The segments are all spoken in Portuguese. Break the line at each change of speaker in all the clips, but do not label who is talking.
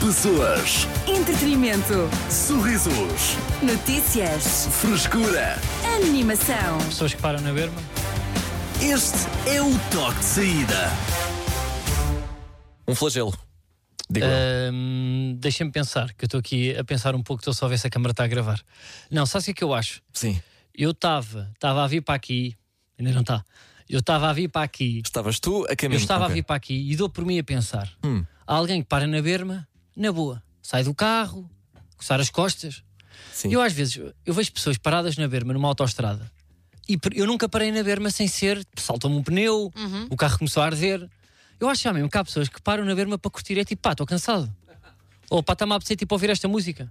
Pessoas,
Entretenimento.
sorrisos,
Notícias.
frescura.
Animação.
Pessoas que param na berma?
Este é o toque de saída.
Um flagelo. Digo eu.
Ahm, Deixem-me pensar, que eu estou aqui a pensar um pouco, estou só a ver se a câmara está a gravar. Não, sabes o que é que eu acho?
Sim.
Eu estava, estava a vir para aqui, ainda não está. Eu estava a vir para aqui,
Estavas tu a
eu
caminho.
estava
Ok. Hum.
a vir para aqui e dou por mim a pensar. Há alguém que para na berma, na boa, sai do carro, coçar as costas.
Sim.
Eu às vezes, eu vejo pessoas paradas na berma, numa autoestrada, e per- eu nunca parei na berma sem ser, saltou-me um pneu,
Uhum.
o carro começou a arder. Eu acho já mesmo que há pessoas que param na berma para curtir, é tipo, pá, estou cansado. Ou pá, está-me a apetecer tipo, ouvir esta música.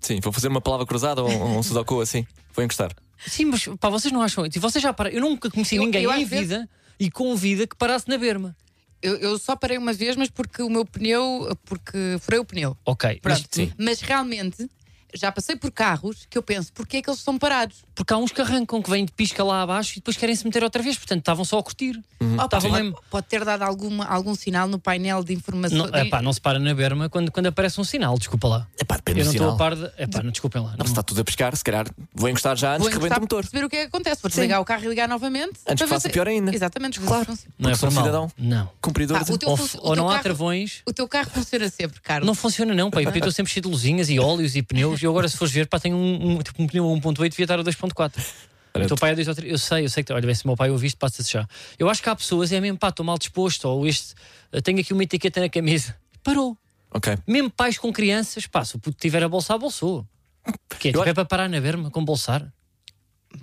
Sim, vou fazer uma palavra cruzada ou um, um sudoku assim. Vou encostar.
Sim, mas pá, vocês não acham? Tipo, vocês já pararam? Eu nunca conheci
Eu-
ninguém
eu às
em
vezes-
vida e com vida que parasse na berma.
Eu, eu só parei uma vez, mas porque o meu pneu, porque furei o pneu.
Ok, mas-
Pronto. Mas realmente já passei por carros que eu penso, porquê é que eles estão parados?
porque há uns que arrancam, que vêm de pisca lá abaixo e depois querem se meter outra vez, portanto estavam só a curtir.
Hum.
Oh, pá,
Estavam mesmo.
pode, pode ter dado alguma, algum sinal no painel de informação.
Não,
de-
epá, não se para na berma quando, quando aparece um sinal, desculpa lá.
É pá, depende
Eu
do
não estou
sinal.
a par de. Epá, não desculpem lá.
Não, se está tudo a pescar, se calhar vou encostar já antes
Vou
que rebente
encostar
o
para
motor.
perceber o que é que acontece. Vou desligar o carro e ligar novamente.
Antes
para
que
ver
faça
se-
pior ainda.
Exatamente.
Claro.
Claro.
não é
porque sou
formal.
cidadão.
Não.
Cumpridor.
Pá, o teu
Ou,
fun- o
ou
teu
não há
carro-
travões.
O teu carro funciona sempre, Carlos.
Não funciona, não, pá. Eu estou sempre cheio de luzinhas e óleos e pneus. E eu agora, se fores ver, pá, tenho um, um, tipo, um pneu 1.8 devia estar a 2.4. O teu pai é 2 ou 3. Eu sei, eu sei que. Olha, bem, se o meu pai ouviste, passa-se já. Eu acho que há pessoas, é mesmo, pá, estou mal disposto. Ou este, eh, tenho aqui uma etiqueta na camisa. Parou.
Ok.
Mesmo pais com crianças, pá, se o puto tiver a bolsar, bolsou. Porque é, tipo,
acho-
é para parar na berma com bolsar.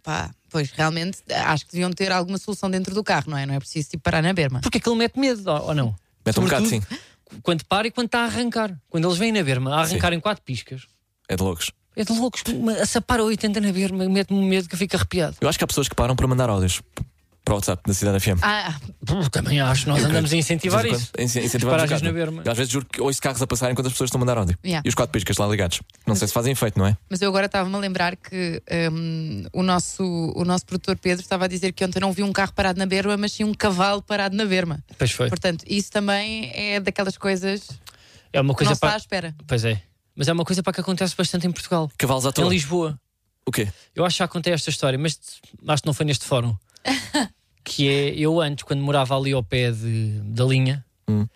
Pá, pois realmente acho que deviam ter alguma solução dentro do carro, não é? Não é preciso tipo, parar na berma.
Porque aquilo mete medo, ou ou não?
Mete um bocado,
Sobretudo, Quando para e quando está a arrancar. Quando eles vêm na berma a arrancar em quatro piscas,
É de loucos.
é de loucos. uma- A sapar a 80 na berma, mete-me um medo que eu fico arrepiado.
Eu acho que há pessoas que param para mandar áudios p- para o WhatsApp da Cidade FM.
Ah,
Pô, Também acho, nós andamos a incentivar
De vez em
isso.
quando, inci-
As
Incentivamos um
paragens
bocado.
na berma.
Eu Às vezes juro que ouço carros a passar enquanto as pessoas estão a mandar áudio.
Yeah.
E os quatro piscas lá ligados. Não sei se fazem efeito, não é?
Mas eu agora estava-me a lembrar que hum, o, nosso, o nosso produtor Pedro estava a dizer que ontem não vi um carro parado na berma, mas sim um cavalo parado na berma.
Pois foi.
Portanto, isso também é daquelas coisas que
É uma
não
coisa
se está à
para.
espera.
Pois é. Mas é uma coisa para que acontece bastante em Portugal. Então.
Cavalos à
Em
toa.
Lisboa.
O quê?
Eu acho que já contei esta história, mas acho que não foi neste fórum. que é, eu antes, quando morava ali ao pé de- da linha,
Hum.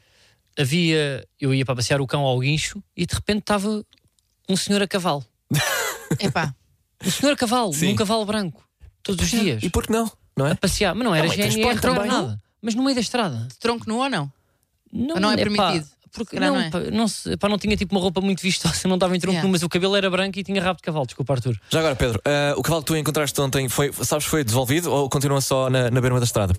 havia. Eu ia para passear o cão ao guincho e de repente estava um senhor a cavalo.
Epá,
Um senhor a cavalo,
Sim.
num cavalo branco, todos os dias,
E por que não? Não
a
é?
passear. Mas não era
Não, é
GNR,
transporte
não era
também.
nada. Mas no meio da estrada.
tronco nu ou não?
Não,
Não é
epá,
permitido.
Porque
Será,
não,
não é?
pá, não se- pá, não tinha tipo uma roupa muito vistosa, não estava em tronco,
Yeah.
nu, mas o cabelo era branco e tinha rabo de cavalo, desculpa, Arthur.
Já agora, Pedro, eh, o cavalo que tu encontraste ontem, foi, sabes, foi devolvido ou continua só na, na berma da estrada?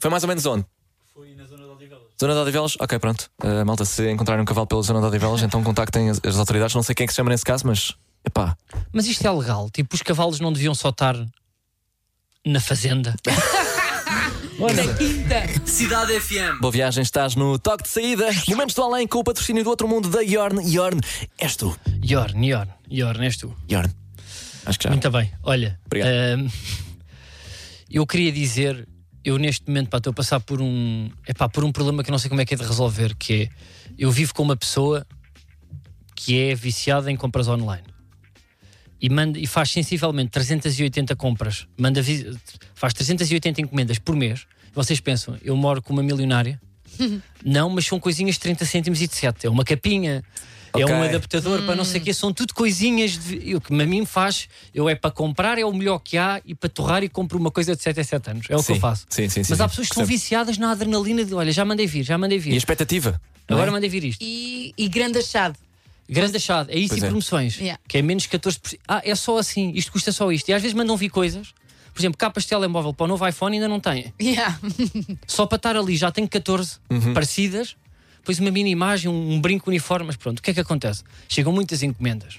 Foi mais ou menos onde? Foi na zona de Odivelas. Zona de Odivelas? Ok, pronto. Eh, malta, se encontrarem um cavalo pela zona de Odivelas, então contactem as, as autoridades. Não sei quem é que se chama nesse caso, mas. Epá,
Mas isto é legal, tipo, os cavalos não deviam só estar na fazenda.
Cidade FM.
boa viagem, estás no toque de saída. Momentos do além com o patrocínio do outro mundo da Yorn. Yorn, és tu.
Yorn, Yorn, Yorn, és tu.
Yorn. Acho que já.
Muito bem, olha.
Obrigado.
ahm, eu queria dizer, eu neste momento pá, estou a passar por um, epá, por um problema que eu não sei como é que é de resolver, que é eu vivo com uma pessoa que é viciada em compras online. E, manda, e faz sensivelmente 380 compras, manda, vi- faz 380 encomendas por mês. Vocês pensam, eu moro com uma milionária? não, mas são coisinhas de 30 cêntimos e de 7. É uma capinha, é
Ok.
um adaptador para não sei o quê, são tudo coisinhas de, o que a mim faz, eu é para comprar, é o melhor que há e para torrar e compro uma coisa de 7 a 7 anos. É o
Sim,
que eu faço.
sim, sim, sim,
mas há
sim,
pessoas que estão
percebo.
viciadas na adrenalina de olha, já mandei vir, já mandei
E a
vir.
expectativa? não é?
Agora mandei vir isto.
E, e grande achado.
Grande achado, é isso
Pois
e
é.
promoções.
Yeah.
Que é menos 14%. Ah, é só assim, isto custa só isto. E às vezes mandam vir coisas, por exemplo, capas de telemóvel para o novo iPhone ainda não têm.
Yeah.
Só para estar ali já tenho 14
Uhum.
parecidas, depois uma mini imagem, um, um brinco uniforme, mas pronto, o que é que acontece? Chegam muitas encomendas.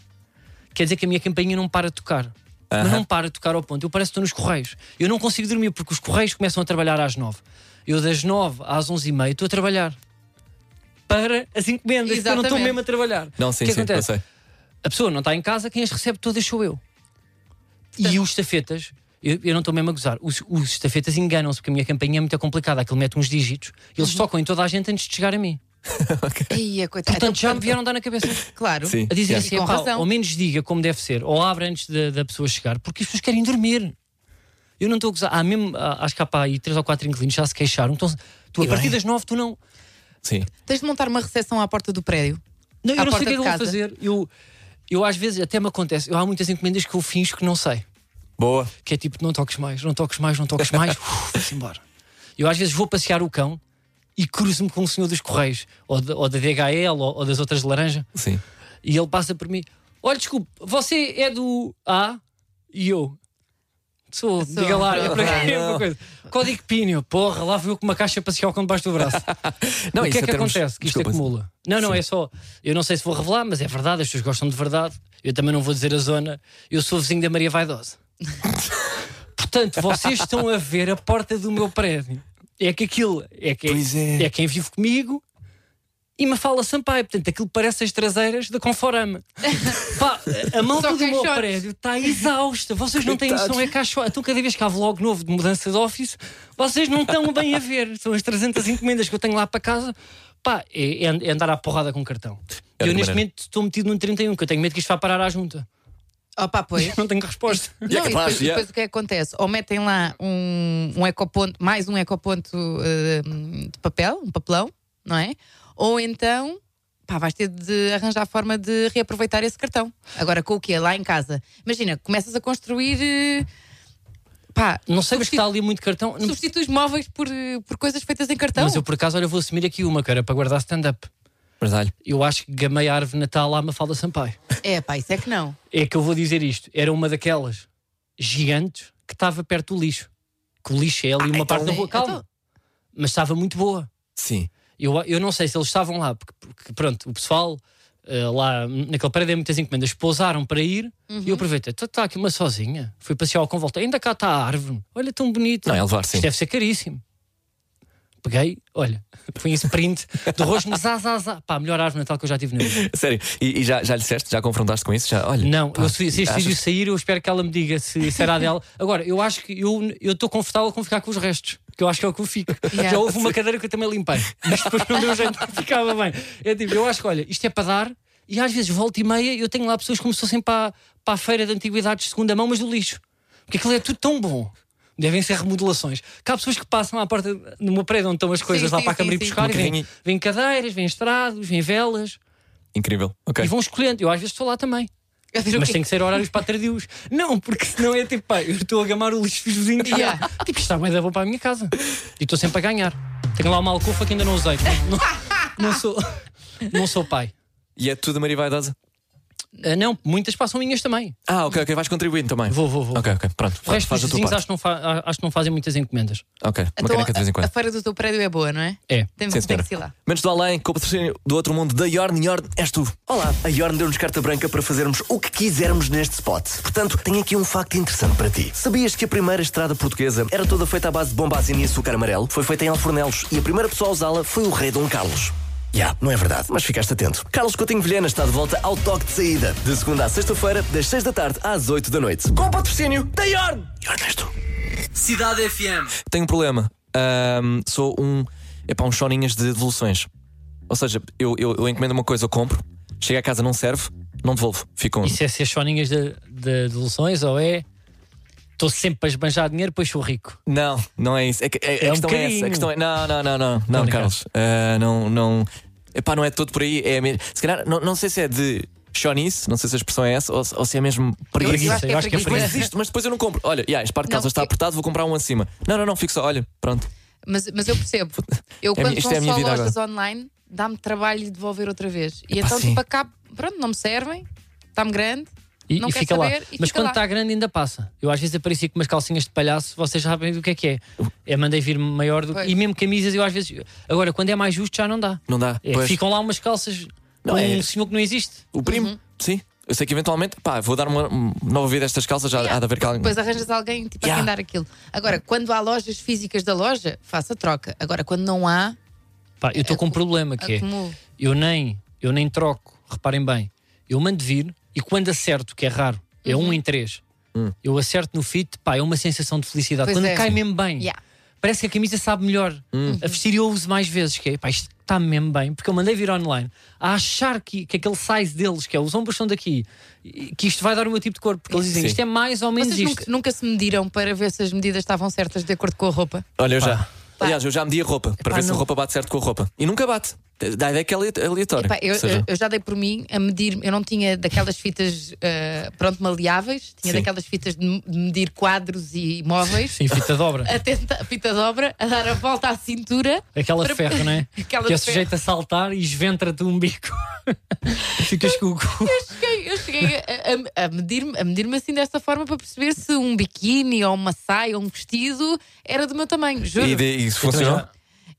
Quer dizer que a minha campainha não para de tocar. Mas não para de tocar ao ponto. Eu parece que estou nos Correios. Eu não consigo dormir porque os Correios começam a trabalhar às 9. Eu das 9 às 11 e meia estou a trabalhar. Para as encomendas, porque eu não estou
Exatamente.
mesmo a trabalhar.
Não,
o
sim,
que
sim, eu
acontece?
sei.
A pessoa não está em casa, quem as recebe todas sou eu. E os estafetas, eu, eu não estou mesmo a gozar, os, os
Uhum.
estafetas enganam-se porque a minha campanha é muito complicada, aquilo mete uns dígitos, eles tocam em toda a gente antes de chegar a mim.
Aí a coitada.
Portanto,
Então,
já me vieram dar na cabeça.
Claro.
Sim.
A dizer
E
assim,
com
pá,
razão.
ao menos diga como deve ser, ou abre antes da, da pessoa chegar, porque as pessoas querem dormir. Eu não estou a gozar. Há mesmo, há- acho que há pá, aí três ou quatro inquilinos já se queixaram. Então, tu a
E
partir
bem.
das nove, tu não.
Sim.
Tens de montar uma recepção à porta do prédio.
Não,
À
eu não sei o que
porta
é
de
que eu vou
casa.
fazer. Eu, eu às vezes até me acontece. Eu, há muitas encomendas que eu finjo que não sei.
Boa.
Que é tipo, não toques mais, não toques mais, não toques mais. Uf, Vai-se embora. Eu às vezes vou passear o cão e cruzo-me com o senhor dos Correios, ou, da- ou da DHL, ou, ou das outras de laranja,
Sim.
e ele passa por mim. Olha, desculpe, você é do A e eu. Sou,
Sou.
diga lá, é para
Ah,
quê? É
não.
uma coisa. Código Pínio, porra, lá fui eu com uma caixa passeal com debaixo do braço.
Não,
o que
isso
é
em
que
termos-
acontece? Que isto
Desculpa.
acumula. Não, não,
Sim.
é só. Eu não sei se vou revelar, mas é verdade, as pessoas gostam de verdade. Eu também não vou dizer a zona. Eu sou vizinho da Maria Vaidosa. Portanto, vocês estão a ver a porta do meu prédio. É que aquilo é, que,
Pois é.
é quem vive comigo e me fala Sampaio. Portanto, aquilo parece as traseiras da Conforama. Pá, a malta
Só
do meu
caixotes.
prédio está exausta. Vocês não têm
Coitados.
noção, é caixote. Então, cada vez que há vlog novo de mudança de office, vocês não estão bem a ver. São as 300 encomendas que eu tenho lá para casa. Pá, é, é and- é andar à porrada com cartão.
É
eu,
de
neste
maneira.
momento, estou metido num 31, que eu tenho medo que isto vá parar à junta.
Opa, pois.
Não tenho resposta.
Não,
E é
e
capaz,
depois,
yeah.
depois o que é que acontece? Ou metem lá um, um ecoponto, mais um ecoponto eh, de papel, um papelão, não é? Ou então, pá, vais ter de arranjar a forma de reaproveitar esse cartão. Agora, com o quê? Lá em casa. Imagina, começas a construir. eh, pá,
Não sei, mas
substi-
está ali muito cartão. Não-
substituis móveis por, eh, por coisas feitas em cartão.
Mas eu, por acaso, olha, vou assumir aqui uma, cara, para guardar stand-up.
Mas dá-lhe.
Eu acho que gamei a árvore de natal à Mafalda Sampaio.
É, pá, isso é que não.
É que eu vou dizer isto. Era uma daquelas gigantes que estava perto do lixo. Que o lixo é ali uma parte da rua. Calma.
Ah, então-
Mas estava muito boa.
Sim.
Eu, eu não sei se eles estavam lá, porque, porque, pronto, o pessoal eh, lá naquele prédio há muitas encomendas pousaram para ir
Uhum.
e eu aproveitei. Está aqui uma sozinha. Fui passear ao convolta. Ainda cá está a árvore. Olha, tão bonito.
Não, é levar, sim.
Isto deve ser caríssimo. Peguei, olha, fui em sprint de rosto zá, zá, zá. ah, Pá, a melhor árvore de natal que eu já tive na vida.
Sério. E, e já, já lhe disseste? Já confrontaste com isso? Já, olha.
Não,
pá,
eu, se se este
achas-
vídeo sair, eu espero que ela me diga se será dela. Agora, eu acho que eu eu estou confortável com ficar com os restos, que eu acho que é o que eu fico.
Yeah.
Já houve uma cadeira que eu também limpei, mas depois não deu jeito, não ficava bem. É tipo, eu acho que, olha, isto é para dar, e às vezes volta e meia eu tenho lá pessoas como se fossem para, para a feira de antiguidades de segunda mão, mas do lixo. Porque aquilo é tudo tão bom. Devem ser remodelações. Que há pessoas que passam à porta no meu prédio onde estão as coisas
Sim,
lá
sim,
para a
sim,
câmara e
sim.
buscar.
Um
e vêm,
carrinho.
vêm cadeiras, vêm estrados, vêm velas
Incrível. Ok.
e vão escolhendo. Eu às vezes estou lá também.
Eu digo,
Mas tem que ser horários para tardios. Não, porque senão é tipo, pá, eu estou a gamar o lixo dos vizinhos.
Yeah.
Tipo, está bem, bom para a minha casa. E estou sempre a ganhar. Tenho lá uma alcofa que ainda não usei. Não, não sou, não sou pai.
E é tudo a Maria Vaidosa?
Ah, não, muitas passam minhas também.
Ah, ok, ok. Vais contribuindo também.
Vou, vou, vou.
Ok, ok. Pronto.
O resto dos
Faz a tua
vizinhos
parte.
acho que, não fa- acho que não fazem muitas encomendas.
Ok. Uma
então,
caneca de vez em
a, a
quando.
feira do teu prédio é boa, não é?
É.
Tem,
Sim,
tem que
senhora.
ser lá.
Menos do além, com o patrocínio do outro mundo da Yorn. Yorn, és tu.
Olá, a Yorn deu-nos carta branca para fazermos o que quisermos neste spot. Portanto, tenho aqui um facto interessante para ti. Sabias que a primeira estrada portuguesa era toda feita à base de bombazina e açúcar amarelo? Foi feita em Alfornelos e a primeira pessoa a usá-la foi o rei Dom Carlos. Já, não é verdade, mas ficaste atento. Carlos Coutinho Vilhena está de volta ao toque de saída. De segunda à sexta-feira, das seis da tarde às oito da noite. Com o patrocínio da Yorn. Yorn, és tu. Cidade FM.
Tenho um problema. Ahm, sou um. É para uns choninhas de devoluções. Ou seja, eu, eu, eu encomendo uma coisa, eu compro, chego à casa, não serve, não devolvo. Fico um.
Isso é ser choninhas de, de devoluções ou é. Estou sempre a esbanjar dinheiro, pois sou rico.
Não, não é isso. É, que- é-
É
a
um
questão é essa. A
bocadinho.
questão é... Não, não, não, não, não,
brincando.
Carlos. Ah, não, não. Epá, não é todo por aí. É mesmo... Se calhar, não, não sei se é de chonice, não sei se a expressão é essa, ou, se- ou se é mesmo
Eu
preguiça.
acho que é
eu acho que é
Mas
preguiça.
existe, mas depois eu não compro. Olha, yeah, este par de
Não,
calças está
eu-
apertado, vou comprar um acima. Não, não, não, fico só. Olha, pronto.
Mas, mas eu percebo. Eu,
minha-
quando
isto
são
é a minha
só
vida
lojas online, dá-me trabalho de devolver outra vez. E
Epá,
então,
sim.
tipo, acabo, pronto, não me servem, está-me grande.
E,
Não
e
quer
fica lá.
saber, e
Mas
fica
quando
lá.
está grande ainda passa. Eu às vezes aparecia com umas calcinhas de palhaço, vocês sabem do que é que é. É mandei vir maior do que.
Pois.
E mesmo camisas, eu às vezes. Agora, quando é mais justo, já não dá.
Não dá.
É,
Pois.
ficam lá umas calças
Não,
com
é-
um senhor que não existe.
O primo,
Uhum.
sim. Eu sei que eventualmente, pá, vou dar uma, uma nova vida a estas calças, já há de haver calma.
é.
Depois arranjas alguém tipo,
Yeah.
a quem dar aquilo. Agora, quando há lojas físicas da loja, faça troca. Agora, quando não há,
Pá, eu estou com um problema que é.
acumulo.
Eu nem, eu nem troco, reparem bem. Eu mando vir e quando acerto, que é raro, é
Uhum.
Hum.
um em três, eu acerto no fit, pá, é uma sensação de felicidade.
Pois
quando
é.
cai mesmo bem.
Yeah.
parece que a camisa sabe melhor. A vestir eu uso mais vezes, que é, pá, isto está mesmo bem, porque eu mandei vir online a achar que, que aquele size deles, que é os ombros são daqui, e- que isto vai dar o meu tipo de corpo, porque eles dizem
Sim.
isto é mais ou menos
Vocês
isto.
nunca, nunca se mediram para ver se as medidas estavam certas de acordo com a roupa?
Olha, eu já. Aliás, eu já medi a roupa para ver se a
não.
roupa bate certo com a roupa. E nunca bate. Dá a ideia que é ale- aleatório.
Pá, eu,
Ou seja,
eu- eu já dei por mim a medir, eu não tinha daquelas fitas ah, pronto maleáveis, tinha
Sim.
daquelas fitas de de medir quadros e móveis.
Sim, fita dobra.
A, tenta, a fita dobra, a dar a volta à cintura.
Aquela de
para-
ferro, não é?
Aquela
que é
de ferro.
sujeita a saltar e esventra-te um bico. Ficas com o cu.
Eu cheguei, eu cheguei a, a- a medir-me a medir assim desta forma para perceber se um biquíni ou uma saia ou um vestido era do meu tamanho,
E,
juro.
de- e isso funcionou?
já-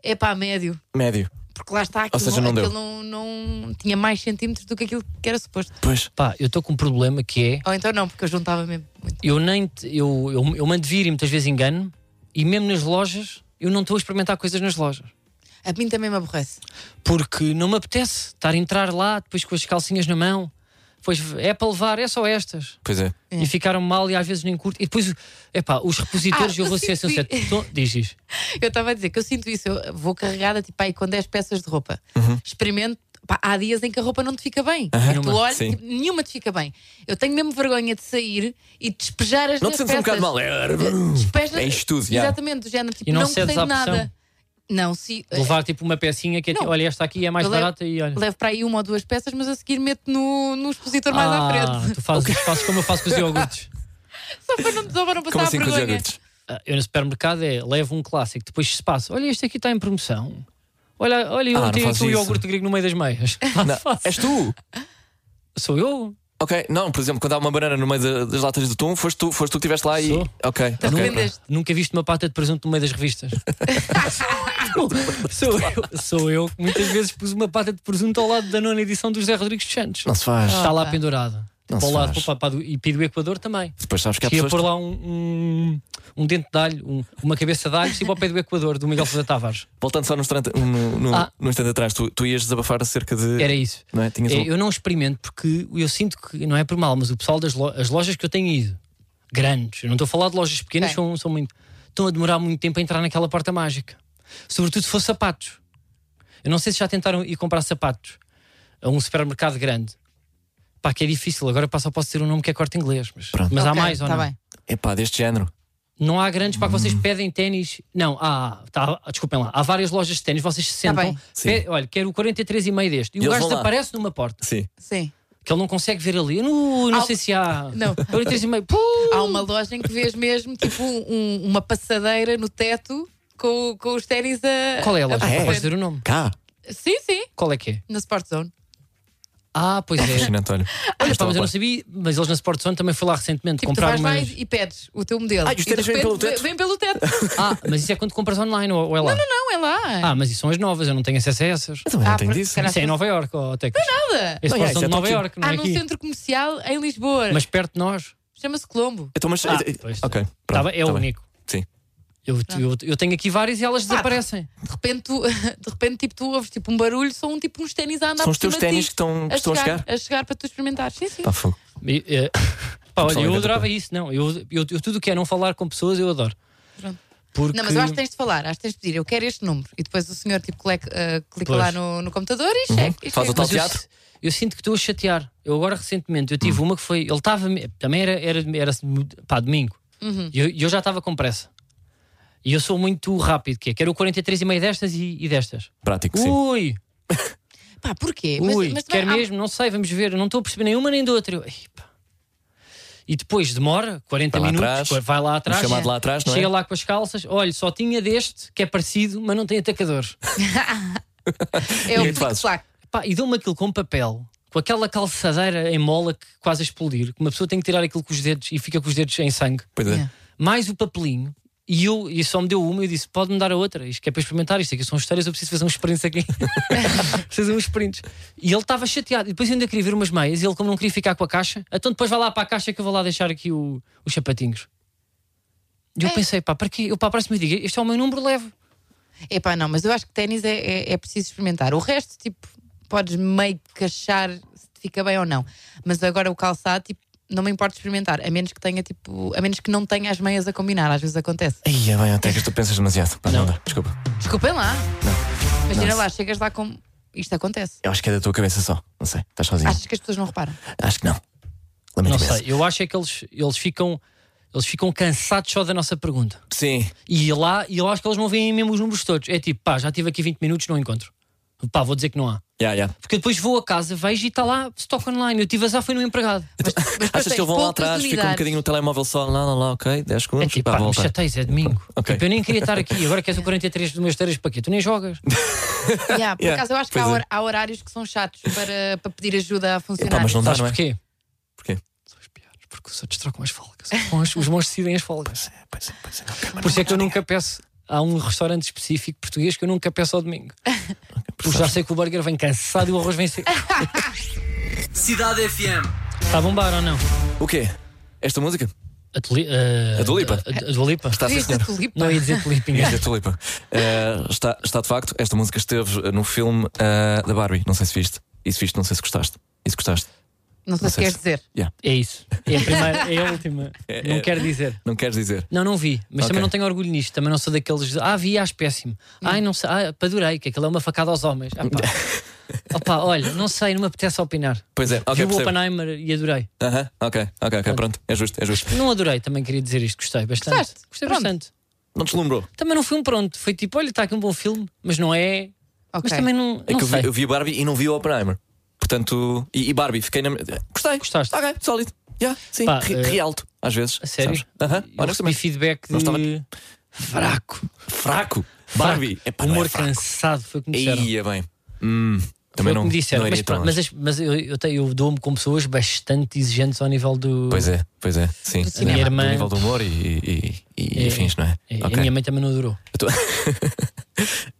É pá, médio.
Médio.
Porque lá está, aquilo,
seja, não deu.
aquilo não, não tinha mais centímetros do que aquilo que era suposto.
Pois.
Pá, eu estou com um problema que é.
Ou então não, porque eu juntava mesmo muito.
Eu nem. te- Eu, eu, eu mando vir e muitas vezes engano-me, e mesmo nas lojas, eu não estou a experimentar coisas nas lojas.
A mim também me aborrece.
Porque não me apetece estar a entrar lá, depois com as calcinhas na mão. Pois é para levar, é só estas.
Pois é.
É.
E ficaram mal e às vezes nem curto. E depois, epá, os repositores,
Ah,
eu vou
eu
ser
sinto
sincero. Tô- Diz, diz.
Eu estava a dizer que eu sinto isso, eu vou carregada tipo aí com 10 peças de roupa.
Uhum.
Experimento. pá, há dias em que a roupa não te fica bem. Tu
Nenhuma.
olhas,
Sim.
tipo, nenhuma te fica bem. Eu tenho mesmo vergonha de sair e despejar as
Não te
dez
sentes um bocado
peças.
mal. É,
Despeja,
É isto tudo, já.
Exatamente, do género. Tipo,
E não
não
cedes
gostei de
à pressão?
nada. Não, se.
De Levar tipo uma pecinha que é
É. Não.
tipo, olha, esta aqui é mais
Eu levo-
barata e olha.
Levo para aí uma ou duas peças, mas a seguir meto no, no expositor mais à frente.
Ah, Tu fazes, fazes como eu faço com os iogurtes.
Só para não, só para não passar
Como assim
a
com os
vergonha.
iogurtes?
Ah, Eu no supermercado é, levo um clássico, depois se passa. Olha, este aqui está em promoção. Olha, olha, eu
Ah, não
tenho
fazes
aqui um
isso.
iogurte grego no meio das meias.
Não, És tu?
Sou eu?
Ok, não, por exemplo, quando há uma banana no meio da- das latas de atum, foste tu, foste tu que estiveste lá e.
Sou. um
Ok,
Não
ok.
vendes.
Nunca viste uma pata de presunto no meio das revistas. sou, eu, sou eu- sou eu que muitas vezes pus uma pata de presunto ao lado da nona edição do José Rodrigues dos Santos.
Não se faz.
Está lá
pá.
pendurado.
Não
para o
se
lado
faz.
para o papá do- e para do Equador também.
Depois sabes que há
Que ia
pessoas.
pôr lá um, um, um dente de alho, um- uma cabeça de alho, tipo ao pé do Equador, do Miguel Sousa Tavares.
Voltando só no instante, no, no,
Ah.
no instante atrás, tu, tu ias desabafar acerca de.
Era isso.
Não é? Tinhas
É,
um-
Eu não experimento porque eu sinto que, não é por mal, mas o pessoal das lo- as lojas que eu tenho ido, grandes, eu não estou a falar de lojas pequenas,
Sim.
são, são muito. estão a demorar muito tempo a entrar naquela porta mágica. Sobretudo se for sapatos. Eu não sei se já tentaram ir comprar sapatos a um supermercado grande. Pá, que é difícil, agora pá, só posso dizer um nome que é corte inglês, mas,
Pronto.
mas há
Ok,
mais ou
tá
não?
bem.
Epá, deste género.
Não há grandes para que
Hum.
vocês pedem ténis. Não, há, tá, desculpem lá, há várias lojas de ténis, vocês se sentam.
Tá bem.
Sim.
pe- olha, quero o 43,5 deste. E,
eles
o gajo
vão lá.
desaparece numa porta
Sim.
Sim.
que ele não consegue ver ali. Eu não, não
Há-
sei se há.
Não.
43 e meio. Puh!
Há uma loja em que vês mesmo tipo um- uma passadeira no teto com, com os ténis a.
Qual é a loja?
a-
é?
Podes dizer o nome.
Cá.
Sim, sim.
Qual é que é?
Na Sport Zone.
Ah, pois é.
Fascinante, olha.
Olha, pá,
Estava
mas eu não
a par.
sabia, mas eles na Sport Zone também foi lá recentemente
Tipo, tu
comprar
vais lá
umas.
e e pedes o teu modelo.
Ah, e os
de
ténis vêm
repente
pelo teto?
Vem pelo teto.
Ah, mas isso é quando compras online ou, ou é lá?
Não, é lá.
Ah, mas isso são as novas, eu não tenho acesso a essas.
Então, Eu também não
Ah,
tenho
porque
disso.
se calhar-
Isso é em Nova Iorque, ó, Tecas.
Nada.
As
Não,
Sport Zone
é, já
de Nova
estão
Iorque, não
tipo, Há
é
num
aqui.
centro comercial em Lisboa.
Mas perto de nós.
Chama-se Colombo.
Então, mas.
Ah,
eh, eh,
pois está.
ok.
Tá
pronto,
bem, é o
tá bem.
único.
Sim.
Eu, eu, eu tenho aqui várias e elas desaparecem.
De repente, tu, de repente tipo, tu ouves tipo, um barulho, são tipo uns ténis a andar
São
por
os teus
cima de
ténis
ti,
que estão- que estão a chegar?
A chegar para tu experimentares. Sim, sim.
Pá, fogo.
E, eh, pá, olha,
Pessoal,
eu
inventa
adorava isso, não. Eu, eu, eu tudo o que é não falar com pessoas, eu adoro.
Pronto.
Porque...
Não, mas eu acho que tens de falar, acho que tens de pedir, eu quero este número. E depois o senhor tipo, cole- eh, clica
Pois.
lá no, no computador
Uhum.
e checa. e
Faz o
chega.
tal
Mas eu,
teatro? Hum.
si- eu sinto que estou a chatear. Eu agora recentemente, eu tive uma que foi. Ele estava. Também era, era, era pá, domingo.
Uhum.
E eu, e eu já estava com pressa. E eu sou muito rápido, que é, quero o 43 e meio destas e, e destas.
Prático, sim.
Ui,
Pá, porquê?
ui,
também
quero
há-
mesmo, não sei, vamos ver. Eu Não estou a perceber nenhuma nem da outra. Eu, ei, pá. E depois demora 40
Vai lá
minutos,
atrás.
co- vai lá atrás,
chamado lá atrás, não é?
chega lá com as calças. Olha, só tinha deste que é parecido, mas não tem atacador.
É
o
o
que é que fazes?
flic-flac.
Pá, e dão-me aquilo com papel, com aquela calçadeira em mola que quase a explodir, que uma pessoa tem que tirar aquilo com os dedos e fica com os dedos em sangue,
Pois é.
Yeah.
mais o papelinho. E eu e só me deu uma e eu disse: pode-me dar a outra, isto que é para experimentar, isto aqui são histórias, eu preciso fazer uns sprints aqui. Preciso fazer uns sprints. E ele estava chateado. E depois eu ainda queria ver umas meias, e ele, como não queria ficar com a caixa, então depois vai lá para a caixa que eu vou lá deixar aqui o- os sapatinhos. E eu
É.
pensei, pá, para quê? Eu para a próxima diga, este é o meu número, levo.
Epá, não, mas eu acho que ténis é, é, é preciso experimentar. O resto, tipo, podes meio que achar se te fica bem ou não. Mas agora o calçado, tipo, não me importo de experimentar, a menos que tenha tipo, a menos que não tenha as meias a combinar, às vezes acontece.
Ia é bem, até que tu pensas demasiado. Pá, não.
Não.
dá, desculpa.
Desculpem lá. Imagina
Não.
lá, chegas lá com. Isto acontece.
Eu acho que é da tua cabeça só. Não sei, estás sozinho. Acho,
Achas que as pessoas não reparam?
que não. Lamento
Não
imenso.
sei, eu acho é que eles, eles ficam. Eles ficam cansados só da nossa pergunta.
Sim.
E lá, e eu acho que eles não veem mesmo os números todos. É tipo, pá, já estive aqui 20 minutos, não encontro. Pá, vou dizer que não há.
Yeah, yeah.
Porque depois vou a casa, vejo e está lá, stock online. Eu tive azar, foi no empregado.
Então,
Mas
Achas que eles vão lá atrás, ficam um bocadinho no telemóvel só, lá, lá, lá, ok, 10
É
segundos,
tipo,
pá,
pá, me
volta.
chateis, é domingo.
Ok.
Tipo, eu nem queria estar aqui. Agora queres o 43 dos meus três para quê? Tu nem jogas.
Yeah, por
Yeah,
acaso, eu acho que
pois
há,
é.
hor- há horários que são chatos para, para pedir ajuda a
Pá,
funcionar.
mas não dá,
Sabes
não é?
porquê?
Porquê?
São os piores, porque os outros trocam as folgas. Os bons- Os bons decidem as folgas.
Pois é, pois é, ok, mas
Por isso é que eu nunca peço. Há um restaurante específico português que eu nunca peço ao domingo. Porque já sei que o burger vem cansado e o arroz vem seco.
Cidade FM.
Está a bombar ou não?
O quê? Esta música?
A, tuli, eh,
A Dua Lipa.
A, a Dua Lipa?
Está tá a ser
Diz-te
senhora.
tulipa.
Não ia dizer tulipinha.
Esta é a tulipa. Eh, está, está de facto, esta música esteve eh, no filme eh, da Barbie. Não sei se viste. E se viste, não sei se gostaste. E se gostaste.
Não sei
Não
se
sei
queres
se-
dizer.
É isso. É a primeira, é a última.
é.
Não quero dizer.
Não queres dizer?
Não, não vi, mas
Ok.
também não tenho orgulho nisto. Também não sou daqueles. de, Ah, vi, acho péssimo. Ai, não sei. Ah, padurei, que aquilo é uma facada aos homens. Ah, pá. Opa, olha, não sei, não me apetece opinar.
Pois é, ok,
vi o
percebo.
Oppenheimer e adorei.
Aham, ok, ok, ok, pronto. É justo, é justo.
Não adorei, também queria dizer isto. Gostei bastante.
Gostaste?
Gostei
Pronto.
bastante.
Não deslumbrou.
Também não foi um pronto. Foi tipo, olha, está aqui um bom filme, mas não é.
Ok.
Mas também não.
É
não
que eu
sei.
vi, eu vi Barbie e não vi o Oppenheimer. Portanto, e, e Barbie, fiquei na. Gostei.
Gostaste?
Ok, sólido. Yeah, sim,
Pá,
Re-
eh,
realto, às vezes.
A sério?
sabes? Aham,
Eu recebi
honestamente.
feedback de.
Não estava-
Fraco.
Fraco. Barbie. É pá, não
Humor
é fraco.
cansado foi o que me disseram.
Ia bem. Hum,
Foi
também
o que
não.
me disseram.
não iria
mas,
tão
pronto,
longe.
mas, as- mas eu, eu, tenho- eu dou-me com pessoas bastante exigentes ao nível do.
Pois é, pois é, sim.
Do
Sim,
cinema.
do
Irmã.
nível do humor e, e, e, e
É.
fins, não é?
É,
Ok.
A minha mãe também não durou.
Eu tô-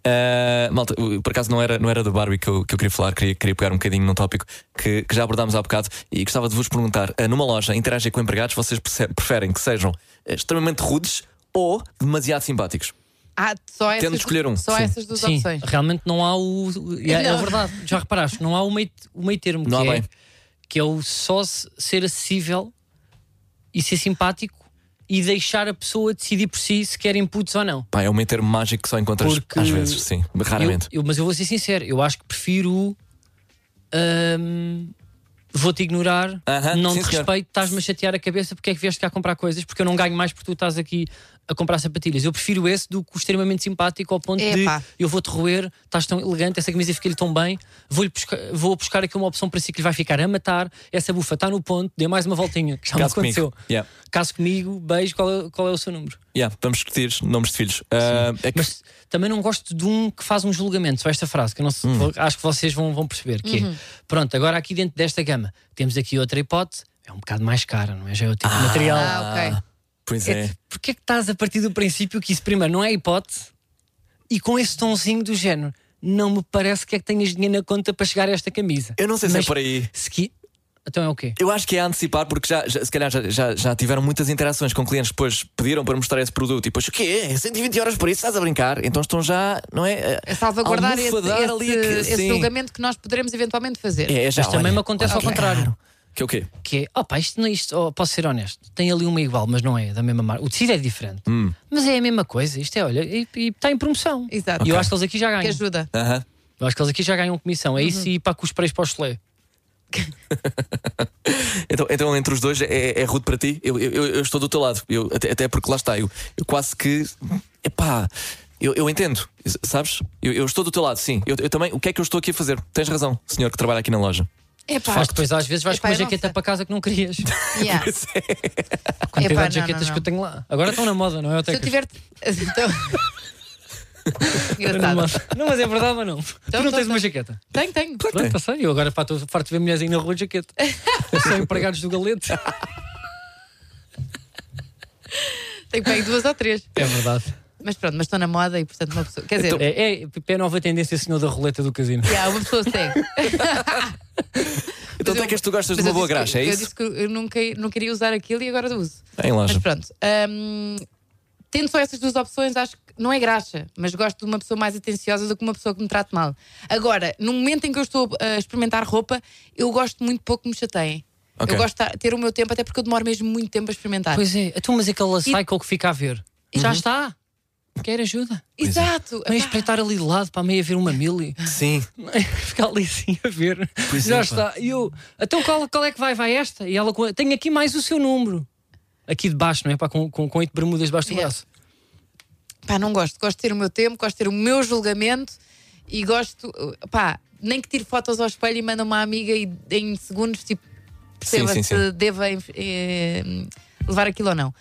Ah, malta, por acaso não era, não era do Barbie que eu, que eu queria falar, queria, queria pegar um bocadinho num tópico que, que já abordámos há bocado e gostava de vos perguntar: ah, numa loja, interagir com empregados, vocês perce- preferem que sejam ah, extremamente rudes ou demasiado simpáticos?
Há Ah, só essas,
Tendo de escolher um,
Só
sim.
essas duas
Sim,
opções.
realmente não há o. o- É, é
Não.
verdade, já reparaste, não há o meio, o meio termo
Não
que,
há
é,
bem.
que é o só se- ser acessível e ser simpático e deixar a pessoa decidir por si se quer inputs ou não.
Pá, é um meio termo mágico que só encontras
Porque-
às vezes, sim, raramente.
Eu- eu- mas eu vou ser sincero, eu acho que prefiro. o, hum, Vou-te ignorar,
Aham,
não
sim,
te
senhor.
respeito, estás-me a chatear a cabeça porque é que vieste cá comprar coisas, porque eu não ganho mais porque tu estás aqui a comprar sapatilhas. Eu prefiro esse do que o extremamente simpático ao ponto
Epá.
de eu vou-te roer, estás tão elegante, essa camisa fica-lhe tão bem, vou-lhe buscar, vou buscar aqui uma opção para si que lhe vai ficar a matar, essa bufa está no ponto, dê mais uma voltinha, que já me
Caso comigo.
aconteceu.
Yeah.
Caso comigo, beijo, qual é, qual é o seu número?
Yeah, vamos discutir nomes de filhos. Ah, é que-
Mas também não gosto de um que faz um julgamento sobre esta frase, que eu não sei-
Hum.
vou- acho que vocês vão, vão perceber. Que é, pronto, agora aqui dentro desta gama temos aqui outra hipótese, é um bocado mais cara, não é? Já é o tipo de material.
Ah, ok.
pois
É,
é.
Porquê é que estás a partir do princípio que isso, primeiro, não é hipótese e com esse tonzinho do género? Não me parece que é que tenhas dinheiro na conta para chegar a esta camisa.
Eu não sei se
Mas
é por aí.
se qui- Então é o quê?
Eu acho que é a antecipar, porque já, já- se calhar já, já- já tiveram muitas interações com clientes, depois pediram para mostrar esse produto e depois o quê? 120 horas por isso, estás a brincar? Então estão já, não é?
É salvaguardar esse,
Almofadar
esse,
ali aquele-
esse
sim.
julgamento que nós poderemos eventualmente fazer.
É, é já,
Mas também
olha,
me acontece
olha,
ao contrário.
Que é o quê?
que é, opa, isto, não- isto oh, posso ser honesto, tem ali uma igual, mas não é da mesma marca. O tecido é diferente, mas é a mesma coisa. Isto é, olha, e e está em promoção.
Exato.
E eu
Ok.
acho que eles aqui já
Que
ganham.
ajuda. Uhum.
Aham.
Eu acho que eles aqui já ganham comissão. É isso e para com os preços para o chelé.
Então, então entre os dois é, é rude para ti? Eu, eu- eu estou do teu lado, eu, até, até porque lá está, eu, eu quase que. Epá, eu, eu entendo, sabes? Eu, eu estou do teu lado, sim. Eu, eu também, o que é que eu estou aqui a fazer? Tens razão, senhor que trabalha aqui na loja.
É pá.
Mas depois às vezes vais com
Epá,
uma
eu não
jaqueta
sei.
para casa que não querias.
Yeah.
é.
Quantidade
Epá,
de
não,
jaquetas
não,
que eu tenho lá. Agora estão na moda, não é?
Se eu
Otecas?
tiver.
Estão
Então-
na
Engraçado.
moda. Não, mas é verdade ou não? tu não
então,
tens uma
então.
jaqueta.
Tenho, tenho.
Pronto, passei. Eu agora pá, estou farto de ver mulheres aí na rua de jaqueta. São empregados do galete.
Tenho bem duas ou três.
É verdade.
Mas pronto, mas estou na moda e portanto uma pessoa. Quer dizer,
Então-
É, é, é a nova tendência, senhor da roleta do casino.
yeah, uma pessoa segue.
Então
Mas
até
eu-
que Então, tu gostas de uma
mas eu
boa graxa,
disse que-
é
eu
isso?
disse que eu nunca, não queria usar aquilo e agora uso.
Em
Mas
loja.
pronto. hum, tendo só essas duas opções, acho que não é graxa, mas gosto de uma pessoa mais atenciosa do que uma pessoa que me trate mal. Agora, no momento em que eu estou a experimentar roupa, eu gosto muito pouco que me chateiem.
Ok.
Eu gosto de ta- ter o meu tempo, até porque eu demoro mesmo muito tempo a experimentar.
Pois é, então, mas aquele cycle que fica a ver. Já está. Quer ajuda?
Exato.
Vem
Epá.
espreitar ali de lado para a meia ver uma mili.
Sim.
Ficar ali assim a ver. Já
é, pá.
está. E eu, então qual, qual é que vai? Vai esta? E ela com- tem aqui mais o seu número. Aqui de baixo, não é? Pá, com, com, com oito bermudas debaixo do
Yeah.
braço.
Pá, não gosto. Gosto de ter o meu tempo, gosto de ter o meu julgamento e gosto, pá, nem que tire fotos ao espelho e manda uma amiga e em segundos, tipo, perceba
Sim, sim,
se deva eh, levar aquilo ou não.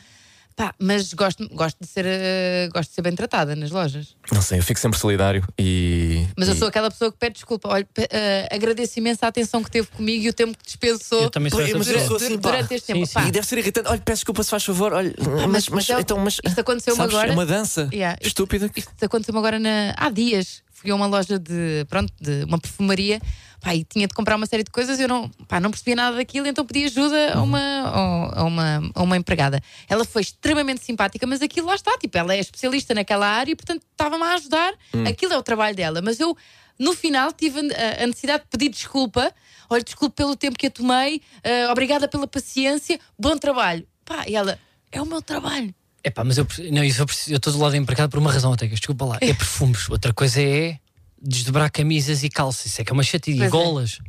Pá, mas gosto, gosto, de ser, eh, gosto de ser bem tratada nas lojas.
Não sei, eu fico sempre solidário e.
Mas eu
e-
sou aquela pessoa que pede desculpa. Olha, pe- eh, agradeço imenso a atenção que teve comigo e o tempo que dispensou
Eu também sou
Pois,
essa
mas eu
pessoa.
sou-
durante,
assim, pá.
durante este
Sim,
tempo.
sim.
Pá,
E deve ser irritante. Olha, peço desculpa, se faz favor. Olha, mas, mas,
então,
então, mas.
isto aconteceu-me
sabes,
agora.
É uma dança
Yeah, isto-
estúpida. que-
Isto aconteceu-me agora na- há dias. Fui a uma loja de, pronto, de uma perfumaria pá, e tinha de comprar uma série de coisas. Eu não, pá, não percebia nada daquilo, então pedi ajuda a uma, a, uma, a uma empregada. Ela foi extremamente simpática, mas aquilo lá está. Tipo, ela é especialista naquela área e, portanto, estava-me a ajudar.
Hum.
Aquilo é o trabalho dela. Mas eu, no final, tive a, a necessidade de pedir desculpa. Olha, desculpe pelo tempo que a tomei, eh, obrigada pela paciência, bom trabalho. Pá, e ela, é o meu trabalho.
É pá, mas eu, preciso- não, isso eu, preciso- eu estou do lado empregado por uma razão até, que desculpa lá. É perfumes. Outra coisa é desdobrar camisas e calças. Isso é que é uma chatilha. E
Pois é.
golas.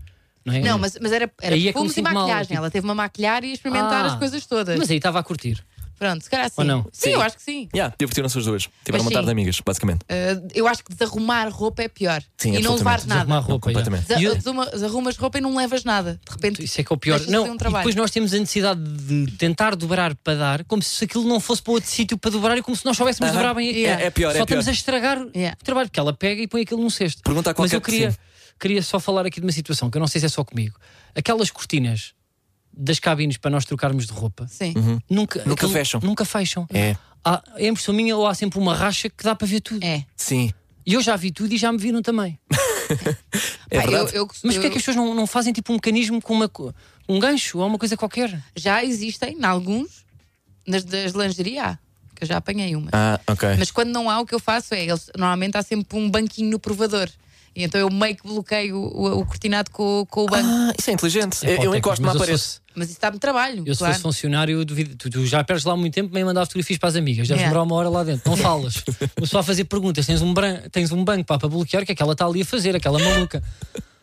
Não, é?
Não, mas, mas era, era
Aí é que
perfumes
me
e
sinto mal,
maquilhagem.
tipo-
Ela teve-me a maquilhar e a experimentar
Ah,
as coisas todas.
Mas aí estava a curtir.
Pronto, se calhar assim.
Ou não?
Sim, eu acho que sim.
Yeah, divertiram-se as duas. Tiveram uma
sim.
tarde de amigas, basicamente.
Uh, eu acho que desarrumar roupa é pior.
Sim,
e não levar
absolutamente. é
Desarrumar
nada.
roupa.
Ah, completamente.
já.
Desa-
E eu-
desuma- Desarrumas roupa e não levas nada. De repente.
Isso é que é o pior.
deixas de
Não,
fazer um
e
trabalho.
depois nós temos a necessidade de tentar dobrar para dar, como se aquilo não fosse para outro sítio para dobrar e como se nós soubéssemos
Aham.
dobrar bem aquilo.
É- é pior, é
Só estamos
pior.
a estragar
Yeah.
o trabalho, porque ela pega e põe aquilo num cesto.
Pergunta a
Mas
qualquer
eu queria,
vizinho.
queria só falar aqui de uma situação que eu não sei se é só comigo. Aquelas cortinas das cabines para nós trocarmos de roupa
Sim.
Uhum.
nunca,
Nunca fecham.
Nunca fecham.
É.
Há, é impressão minha ou há sempre uma racha que dá para ver tudo.
É.
Sim.
E eu já vi tudo e já me viram também.
É
Pá, eu,
verdade.
eu,
Mas
eu-
porquê é que as pessoas não, não fazem tipo um mecanismo com uma, co- um gancho ou uma coisa qualquer?
já existem, em alguns, nas das lingerie há, que eu já apanhei uma.
Ah, ok.
Mas quando não há, o que eu faço é, eles, normalmente há sempre um banquinho no provador. E então eu meio que bloqueio o, o cortinado com, o- com o banco.
Ah, isso é inteligente.
É
Eu-
pá,
eu
Tecas,
encosto na
mas eu
parede.
sou-
Mas isso dá-me trabalho.
Eu, se
claro.
fosse funcionário, eu duvido. Tu, tu já perdes lá muito tempo, meio mandar fotografias para as amigas. Deves
É.
demorar uma hora lá dentro. Não falas. Mas só a fazer perguntas. Tens um, bran... Tens um banco pá, para bloquear. O que é que ela está ali a fazer? Aquela maluca.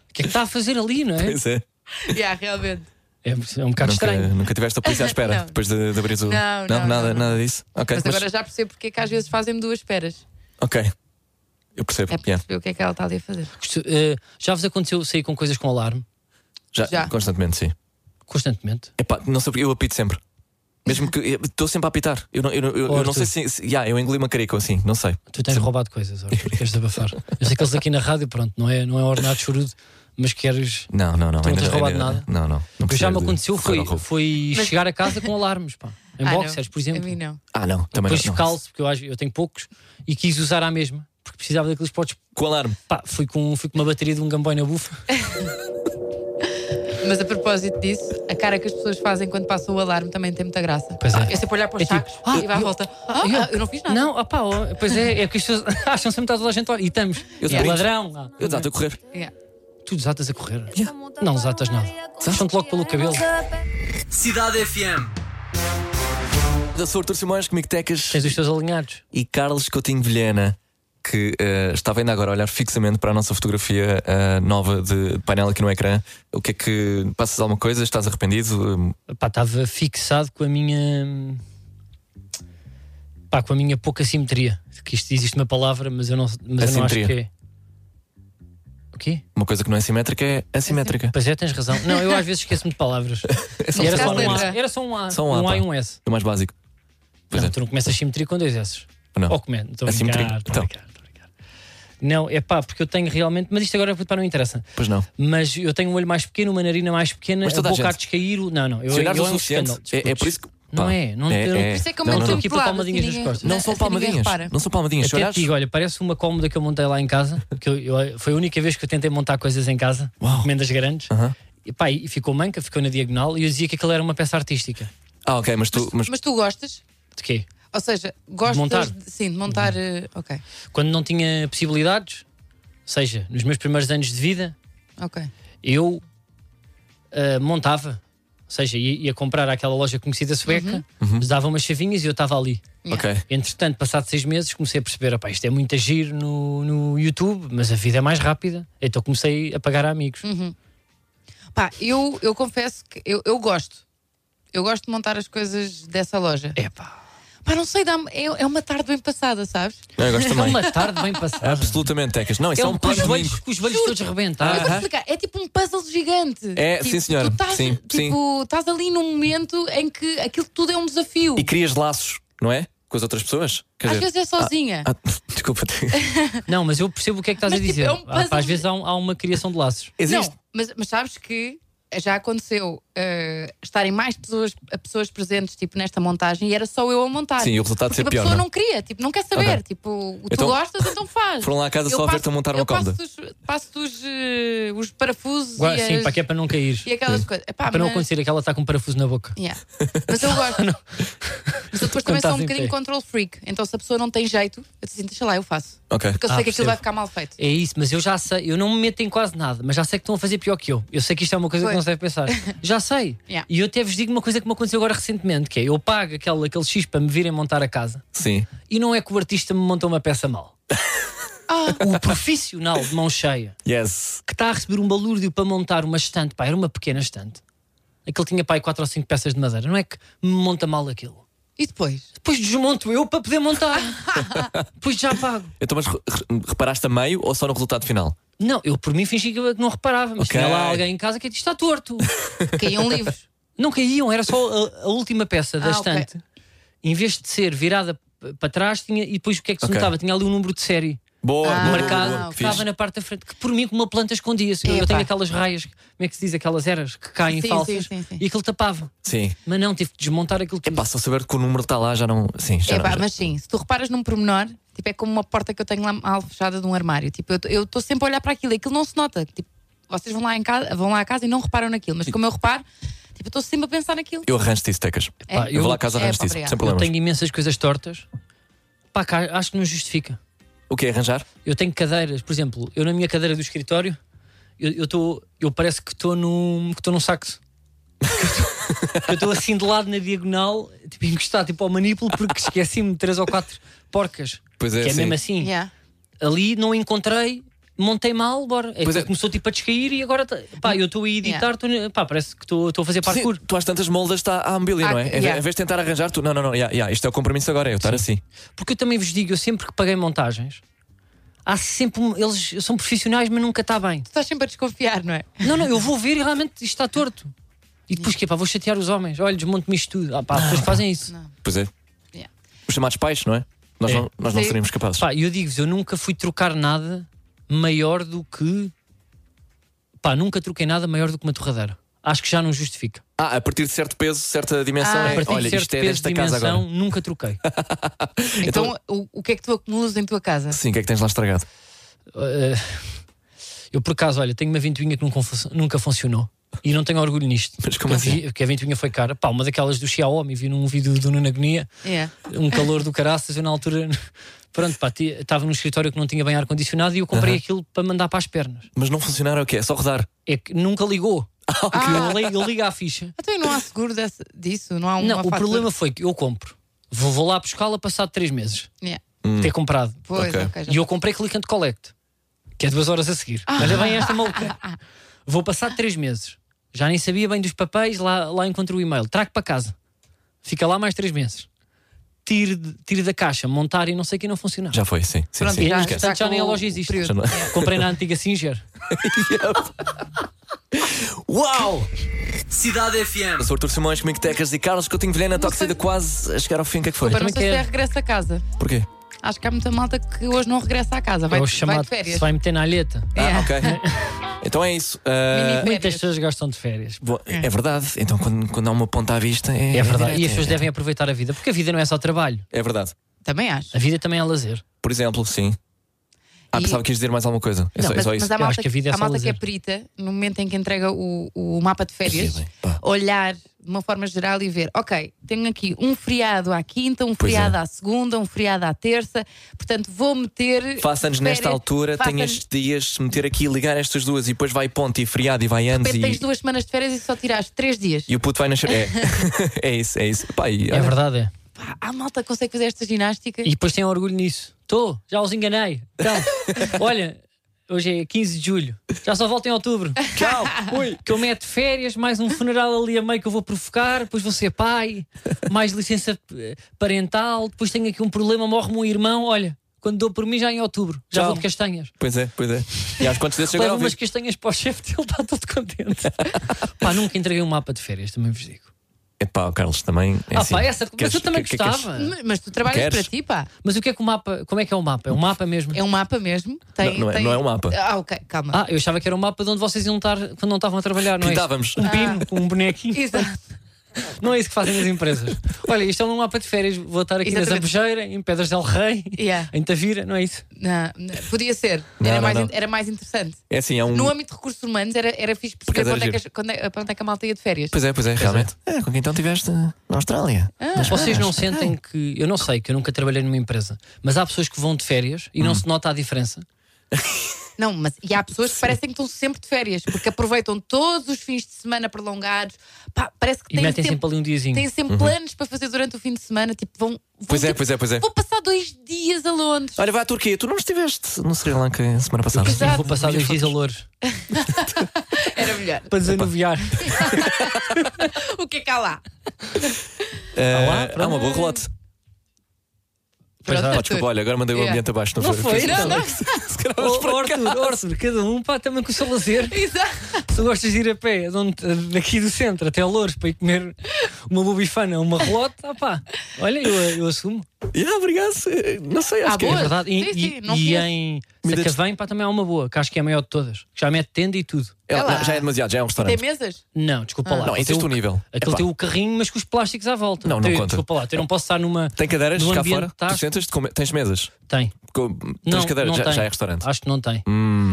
O que é que está a fazer ali, não é?
Pois é.
Yeah, realmente.
É, é um bocado
Nunca,
estranho.
nunca tiveste a polícia à espera
Não.
depois de, de abrir o.
Não, não,
nada,
não, não.
nada disso. Ok,
Mas agora já percebo porque é que às vezes fazem duas peras.
Ok. Eu percebo.
É para
Yeah.
perceber o que é que ela está ali a fazer.
Gosto- eh, já vos aconteceu sair com coisas com alarme?
Já,
Já.
Constantemente, sim.
Constantemente.
Epá, não sei, porque eu apito sempre. Mesmo que. eu Estou sempre a apitar. Eu não, eu, não- eu- eu
Ora,
não
tu.
sei se. se yeah, eu engoli uma carica ou assim, não sei.
Tu tens roubado coisas, ou queres desabafar. Eu sei que eles aqui na rádio, pronto, não é, não é ordenado chorudo, mas queres.
Não, não, não.
Tu não
ainda-
tens roubado
ainda-
nada?
Não, não. não
O que já me
preciso de-
aconteceu
Não,
foi,
não roubo.
foi chegar a casa com alarmes, pá. Em
Ah, não.
boxers, por exemplo.
A mim não.
Ah, não. Também
depois
não.
descalço, porque eu, acho- eu tenho poucos, e quis usar à mesma, porque precisava daqueles potes.
Com alarme.
Pá, fui com, fui com uma bateria de um gambói na bufa.
Mas a propósito disso, a cara que as pessoas fazem quando passa o alarme também tem muita graça.
Pois é.
Eu sempre olhar para os
É tipo,
sacos
ah,
e vai à
eu-
volta. Ah, ah, eu, não fiz nada.
Não, ah pá, ó, pois é, é que as pessoas acham sempre que está toda a gente. ó, E estamos.
Eu
É
também.
ladrão. Ah,
Eu estou a correr.
Yeah.
tu desatas a correr. Não desatas nada. Acham-te logo pelo cabelo.
Cidade FM.
Eu sou Artur Simões, comigo Tecas
Tens os teus alinhados.
e Carlos Coutinho Vilhena, que eh, estava ainda agora a olhar fixamente para a nossa fotografia eh, nova de painel aqui no ecrã. O que é que. Passas alguma coisa? Estás arrependido?
Pá, estava fixado com a minha. Pá, com a minha pouca simetria. Que isto existe uma palavra, mas eu não, mas eu não acho que
Assimetria.
é. O quê?
Uma coisa que não é simétrica é assimétrica. É
Pois é, tens razão. Não, eu às vezes esqueço-me de palavras. E era,
um
só
bocado
um a.
lembra.
era só um A.
Só um A,
um A
pá.
e um S.
O mais básico. Pois
não,
é.
tu não começas a simetria com dois S.
Não.
Ou comendo. Estou a
Assimetria.
brincar, estou a
Então.
brincar, estou a brincar. Não, é pá, porque eu tenho realmente. Mas isto agora é para não interessa.
Pois não.
Mas eu tenho um olho mais pequeno, uma narina mais pequena,
Mas
a
toda a
boca a,
gente.
descair. o- Não, não. Eu,
Se olhares
eu
o
é um
suficiente,
escândalo,
é- é
desculpes.
por isso que-
Não
pá.
é, não
É-
eu não-
é.
Por isso é que eu
Não,
meto
não.
sempre
Aqui
de
para
lado,
palmadinhas
assim
nas
ninguém-
costas.
Não são
assim ninguém
palmadinhas.
repara.
Não são palmadinhas. Se
Até
olhares.
te digo, olha, parece uma cómoda que eu montei lá em casa. Que eu, eu- foi a única vez que eu tentei montar coisas em casa,
Uau.
encomendas grandes.
Aham.
E, pá, e ficou manca, ficou na diagonal. E eu dizia que aquilo era uma peça artística.
Ah, ok, mas tu. Mas,
Mas tu gostas?
De quê?
Ou seja, gostas
montar? Uhum.
de- sim, de montar. eh, Ok,
Quando não tinha possibilidades, ou seja, nos meus primeiros anos de vida,
ok.
eu ah, eh, montava Ou seja, ia, ia comprar àquela loja conhecida sueca,
Uhum.
mas dava umas chavinhas e eu estava ali.
Ok.
Entretanto, passados seis meses, comecei a perceber: opá, isto é muito agir no, no YouTube, mas a vida é mais rápida. Então comecei a pagar a amigos.
Pá, eu, eu confesso que eu, eu gosto. Eu gosto de montar as coisas dessa loja.
Epá,
Pá, não sei, dá-me- é, é uma tarde bem passada, sabes?
Eu gosto
é
também.
uma tarde bem passada.
Absolutamente, Tecas. Não, isso é, um
com os
plano É de
joelhos,
domingo.
com os joelhos todos
Eu vou
rebentados.
Aham.
explicar, é tipo um puzzle gigante.
É,
Tipo,
sim, senhora.
Tu estás,
Sim,
tipo, estás ali num momento em que aquilo tudo é um desafio.
E crias laços, não é? Com as outras pessoas? Quer
Às
dizer-
vezes é sozinha.
Ah, desculpa.
Não, mas eu percebo o que é que estás
Mas,
a
tipo,
dizer.
é um
Ah, pá,
puzzle.
às vezes há, um- há uma criação de laços.
Existe.
Não, mas, mas sabes que já aconteceu eh, estarem mais pessoas, eh, pessoas presentes tipo, nesta montagem e era só eu a montar.
Sim, e o resultado
Porque,
ser
tipo,
pior,
A pessoa
não? é?
não queria, tipo, não quer saber.
Ok.
Tipo, o tu
Então-
gostas, então faz.
Foram lá a casa só a ver-te
passo-
a montar
eu
uma cauda.
Passo os, passo os, eh, os parafusos
Gua-
e,
Sim,
as-
para que é para não cair.
e aquelas coisas. Epá,
Para não
mas-
acontecer aquela está com um parafuso na boca.
Yeah. Mas eu gosto. Mas eu
Quando
depois também sou
estás
um
em
bocadinho
pé.
control freak. Então se a pessoa não tem jeito, eu te sinto, deixa lá, eu faço.
Ok.
Porque eu
Ah,
sei que
percebo.
aquilo vai ficar mal feito.
É isso, mas eu já sei, eu não me meto em quase nada, mas já sei que estão a fazer pior que eu. Eu sei que isto é uma coisa
Pois.
que não se deve pensar. Já sei.
Yeah.
E eu até vos digo uma coisa que me aconteceu agora recentemente: que é eu pago aquele, aquele X para me virem montar a casa,
Sim.
e não é que o artista me montou uma peça mal.
Ah.
O profissional de mão cheia
Yes.
que está a receber um balúrdio para montar uma estante, pá, era uma pequena estante. Aquele tinha pá, aí 4 ou 5 peças de madeira, não é que me monta mal aquilo.
E depois?
Depois desmonto eu para poder montar. Depois já pago.
Então, mas re- re- reparaste a meio ou só no resultado final?
Não, eu por mim fingi que eu- é que não reparava, mas
Ok.
tinha lá alguém em casa que disse: está torto.
Caíam livros.
Não caíam, era só a, a última peça da
Ah, ok.
estante. Em vez de ser virada p- para trás, tinha, e depois o que é que se
Ok.
notava? Tinha ali um número de série
Boa,
Ah,
boa,
marcado
boa, boa.
que estava
Fixe.
na parte da frente, que por mim como uma planta escondia-se. Eu,
Epá.
eu tenho aquelas raias, como é que se diz, aquelas eras que caem
Sim,
falsas,
sim, sim, sim.
e aquilo tapava.
Sim.
Mas não, tive que desmontar aquilo que.
Epá, só saber que o número está lá já não. Sim, já
É
não-
pá,
já-
mas sim, se tu reparas num pormenor, tipo, é como uma porta que eu tenho lá mal fechada de um armário. Tipo, eu- eu estou sempre a olhar para aquilo e aquilo não se nota. Tipo, vocês vão lá, em casa, vão lá a casa e não reparam naquilo, mas como eu reparo, tipo, eu estou sempre a pensar naquilo.
Eu arranjo-te isso, Tecas.
É.
Pá,
Eu, vou lá à casa
É,
arranjo-te
pá,
isso,
obrigada.
sem
eu
problemas.
tenho imensas coisas tortas. Pá, cá, acho que não justifica.
O que é arranjar?
Eu tenho cadeiras, por exemplo, eu na minha cadeira do escritório, eu, eu, tô- eu parece que estou num, que tô num saxo. eu estou assim de lado na diagonal, tipo encostado tipo, ao manípulo, porque esqueci-me de três ou quatro porcas.
Pois é,
que é
sim.
mesmo assim.
Yeah.
Ali não encontrei, montei mal, bora. É,
Pois é.
Começou tipo a descair e agora. tá- Pá, eu estou a editar, tô- pá, parece que estou estou a fazer
Sim,
parkour.
tu às tantas moldas está a mobília,
Ah,
não é? Em vez-
yeah.
Em vez de tentar arranjar, tu. Não, não, não. yeah, yeah, isto é o compromisso agora, é eu estar assim.
Porque eu também vos digo, eu sempre que paguei montagens, há sempre. um- Eles são profissionais, mas nunca está bem.
Tu estás sempre a desconfiar, não é?
Não, não, eu vou ver e realmente isto está torto. E depois que pá, vou chatear os homens. Olha, desmonte-me isto tudo. Ah, pá, as pessoas fazem isso.
Pois é.
Yeah.
Os chamados pais, não é? Nós,
É.
Não, nós não
Sim.
seríamos capazes.
Pá, e eu digo-vos, eu nunca fui trocar nada maior do que. Pá, nunca troquei nada maior do que uma torradeira. Acho que já não justifica.
Ah, a partir de certo peso, certa dimensão,
Ah,
é,
A partir
olha,
de certo
isto é
peso
desta
de
casa
dimensão,
agora.
nunca troquei.
Então, o, o que é que tu acumulas em tua casa?
Sim, o que é que tens lá estragado?
Eh, eu, por acaso, olha, tenho uma ventoinha que nunca, fun- nunca funcionou. E não tenho orgulho nisto.
Mas como assim?
Porque a ventoinha foi cara. Pá, uma daquelas do Xiaomi, vi num vídeo do Nuno Agonia.
Yeah.
um calor do caraças. Eu, na altura, pronto, pá, ti- estava num escritório que não tinha bem ar-condicionado e eu comprei aquilo para mandar para as pernas.
Mas não funcionar é o quê? É só rodar.
É que nunca ligou.
Ah.
Eu, li- eu ligo à ficha.
Então, e não há seguro dessa- disso? Não há um
Não, o problema foi que eu compro, vou, vou lá buscá-la passado 3 meses,
Yeah.
Hum.
de ter comprado.
Pois,
Ok.
ok. já Ah.
E eu comprei click and collect, que é duas horas a seguir. Olha bem esta maluca. Vou passar três meses. Já nem sabia bem dos papéis, lá, lá encontro o e-mail. Trago para casa. Fica lá mais três meses. Tiro, de- tiro da caixa, montar e não sei o que não funcionar.
Já foi, sim. sim,
Pronto,
sim.
já,
Esquece.
já,
Já nem a
com
loja
o
existe.
período. É.
Já não-
Comprei na antiga Singer.
Uau!
Cidade FM.
Eu sou Artur Simões, comigo Tecas e Carlos Coutinho Vilhena, Toxida quase a chegar ao fim. O que é que foi?
Para não
Também
sei se
quer-
é regresso a casa.
Porquê?
Acho que há muita malta que hoje não regressa à casa. Vai,
é o
vai
chamado
de férias.
se vai meter na alheta.
Ah,
Yeah.
ok. Então é isso. Ah,
Mini
Muitas
férias.
pessoas gostam de férias.
bom, é verdade. Então quando, quando há uma ponta à vista é.
É verdade.
direto,
E as pessoas
é-
devem aproveitar a vida, porque a vida não é só trabalho.
É verdade.
Também acho.
A vida também é lazer.
Por exemplo, sim. Ah,
E-
pensava que ias dizer mais alguma coisa. É, só, é
mas,
só
mas
isso.
há
Eu
malta,
acho que a vida é
há
só
malta que é
lazer.
perita no momento em que entrega o, o mapa de férias.
Sim, bem, pá.
olhar de uma forma geral e ver, ok, tenho aqui um feriado à quinta, um
Pois é.
feriado à segunda, um feriado à terça, portanto vou meter.
Faça anos nesta
férias-
altura,
faço
tenho
anos-
estes dias, se meter aqui, ligar estas duas e depois vai ponte e feriado e vai anos
Pedro, tens
e,
duas semanas de férias e só tiraste três dias.
e o puto vai nascer. É, é isso, é isso. Pá, e,
É
olha,
verdade, é.
Pá, há malta que consegue fazer esta ginástica.
E depois têm orgulho nisso. Estou, já os enganei. Então, olha, hoje é 15 de julho, já só volto em outubro. Tchau, Ui. que eu meto férias, mais um funeral ali a meio que eu vou provocar, depois vou ser pai, mais licença eh, parental, depois tenho aqui um problema, morre-me um irmão. Olha, quando dou por mim já é em outubro, já
Tchau.
vou de castanhas.
Pois é, pois é. E aos quantos desses agora
Levo
ouvi.
umas castanhas para o chefe, ele está todo contente. Pá, nunca entreguei um mapa de férias, também vos digo.
É pá, o Carlos também. É
ah,
assim.
pá, essa, mas
Queres-
eu também
que- que- queres-
gostava.
Mas- Mas tu trabalhas
Queres?
para ti, pá.
Mas o que é que o mapa, como é que é o mapa? É um mapa mesmo?
É um mapa mesmo. Tem-
Não- não é-
tem-
não é um mapa.
Ah, ok, calma.
Ah, eu achava que era um mapa de onde vocês iam estar quando não estavam a trabalhar, não é?
Pintávamos.
Um pino, um bonequinho.
Exato.
Não é isso que fazem as empresas. Olha, isto é um mapa de férias. Vou estar aqui na
Exatamente.
Zambujeira, em Pedras del Rei,
Yeah.
em Tavira, não é isso?
Não, não, podia ser.
Não,
era,
não,
mais,
não.
in- era mais interessante.
É assim, é um.
No âmbito de recursos humanos era, era fixe
Porque
perceber
era
para onde, é que,
giro.
as- quando é- para onde é que a malta ia de férias.
Pois é, pois é, realmente. É, com quem então estiveste na Austrália.
Ah.
Mas vocês não sentem que. Eu não sei, que eu nunca trabalhei numa empresa, mas há pessoas que vão de férias e não se nota a diferença.
Não, mas e há pessoas que parecem que estão sempre de férias, porque aproveitam todos os fins de semana prolongados. Pá, parece que
E
têm
metem
sempre,
sempre ali um diazinho.
têm sempre planos para fazer durante o fim de semana. Tipo, vão. vão,
Uhum. Pois é,
tipo,
pois é, pois é.
Vou passar dois dias a Londres.
Olha, vai à Turquia. Tu não estiveste no Sri Lanka semana passada.
Exato.
Eu vou passar dois dias a Loures
Era melhor.
para desanuviar.
O que é que há lá?
Ah,
lá,
há
pronto.
uma boa relote.
Pois
Pronto,
é.
Pá, desculpa,
Arthur.
olha, agora mandei o
Yeah.
ambiente abaixo. Não,
Não foi?
Não, não.
Se calhar vamos
Oh,
para
Arthur,
casa.
Arthur, cada um, pá, também com o seu lazer.
Exato.
Se gostas de ir a pé de onde- daqui do centro até Louros para ir comer uma bubifana, uma relota, ah pá, olha, eu, eu assumo.
Yeah, obrigado. Eh, Não sei, acho
Ah,
que
É
boa. Pois,
verdade. E,
sim, sim,
e-
não
e
conheço.
em
Comida de-
Sacavém, pá, também há uma boa, que acho que é a maior de todas. que Já mete tenda e tudo.
É,
É lá.
não, já é demasiado, já é um restaurante.
Tem mesas?
Não, desculpa
Ah.
lá.
Não,
aquele
esse é o
tem
teu
o-
nível.
Aquele
Epá,
tem o carrinhos, mas com os plásticos à volta.
Não, não
Tem-
conta.
Desculpa lá, eu não posso estar numa.
Tem cadeiras
do
cá
ambiente
fora?
tá-
Tu sentas-te, come- tens mesas?
Tem.
Com...
Não,
tens cadeiras?
não
já,
tem.
já é restaurante. Hum.
Acho que não tem.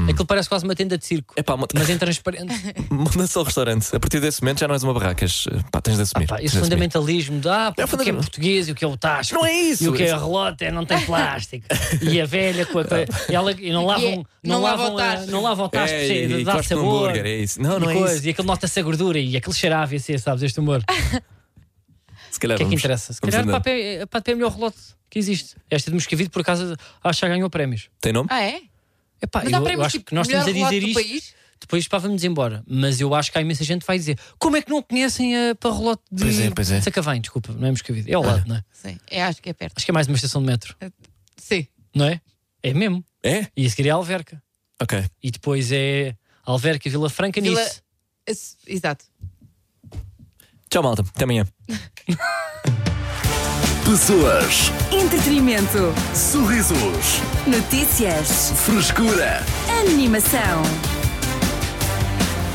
Aquilo parece quase uma tenda de circo,
Epá, monta-
mas é- em transparente.
manda só o restaurante. A partir desse momento já não és uma barracas. Eh, Pá, tens de assumir.
Ah, Pá,
Tens
esse
de assumir.
fundamentalismo de ah,
É
o que é
fundamental-
português e o que é o Tasco.
Não é isso.
E o que é
Isso-
a relota é não tem plástico. e a velha com a. co- e ela, e não
E é-
lavam. Não,
não lava
lavam
o
a-
Tasco.
não lavam o Tasco,
É,
cheio
e
de- dá
corta no
sabor.
hambúrguer, é isso. Não, não
e
é
coisa,
isso.
E aquele nota-se a gordura e aquele cheirava a ser, sabes, este humor. O
Se calhar
que é que
vamos-
interessa? Se
vamos
calhar
andando.
para é para é o melhor relote que existe. Esta de Moscavide, por acaso, acho que já ganhou prémios.
Tem nome?
Ah, é?
Epá,
Mas
eu,
há
eu
prémios
acho
tipo
que nós estamos a
melhor
dizer
relote do
isto.
país?
Depois pá, vamos embora, mas eu acho que há imensa gente que vai dizer como é que não conhecem a parrolote de
Pois é, pois é.
Sacavém? Desculpa, não é Moscavide, é ao lado, não é?
Sim, é, acho que é perto.
Acho que é mais uma estação de metro,
Sim.
não é? É mesmo.
É?
E a seguir é a Alverca.
Ok.
E depois é Alverca, Vila Franca,
Vila-
Nice.
Esse- Exato.
Tchau, malta. Até amanhã.
Pessoas,
Entretenimento.
sorrisos,
Notícias.
frescura.
Animação.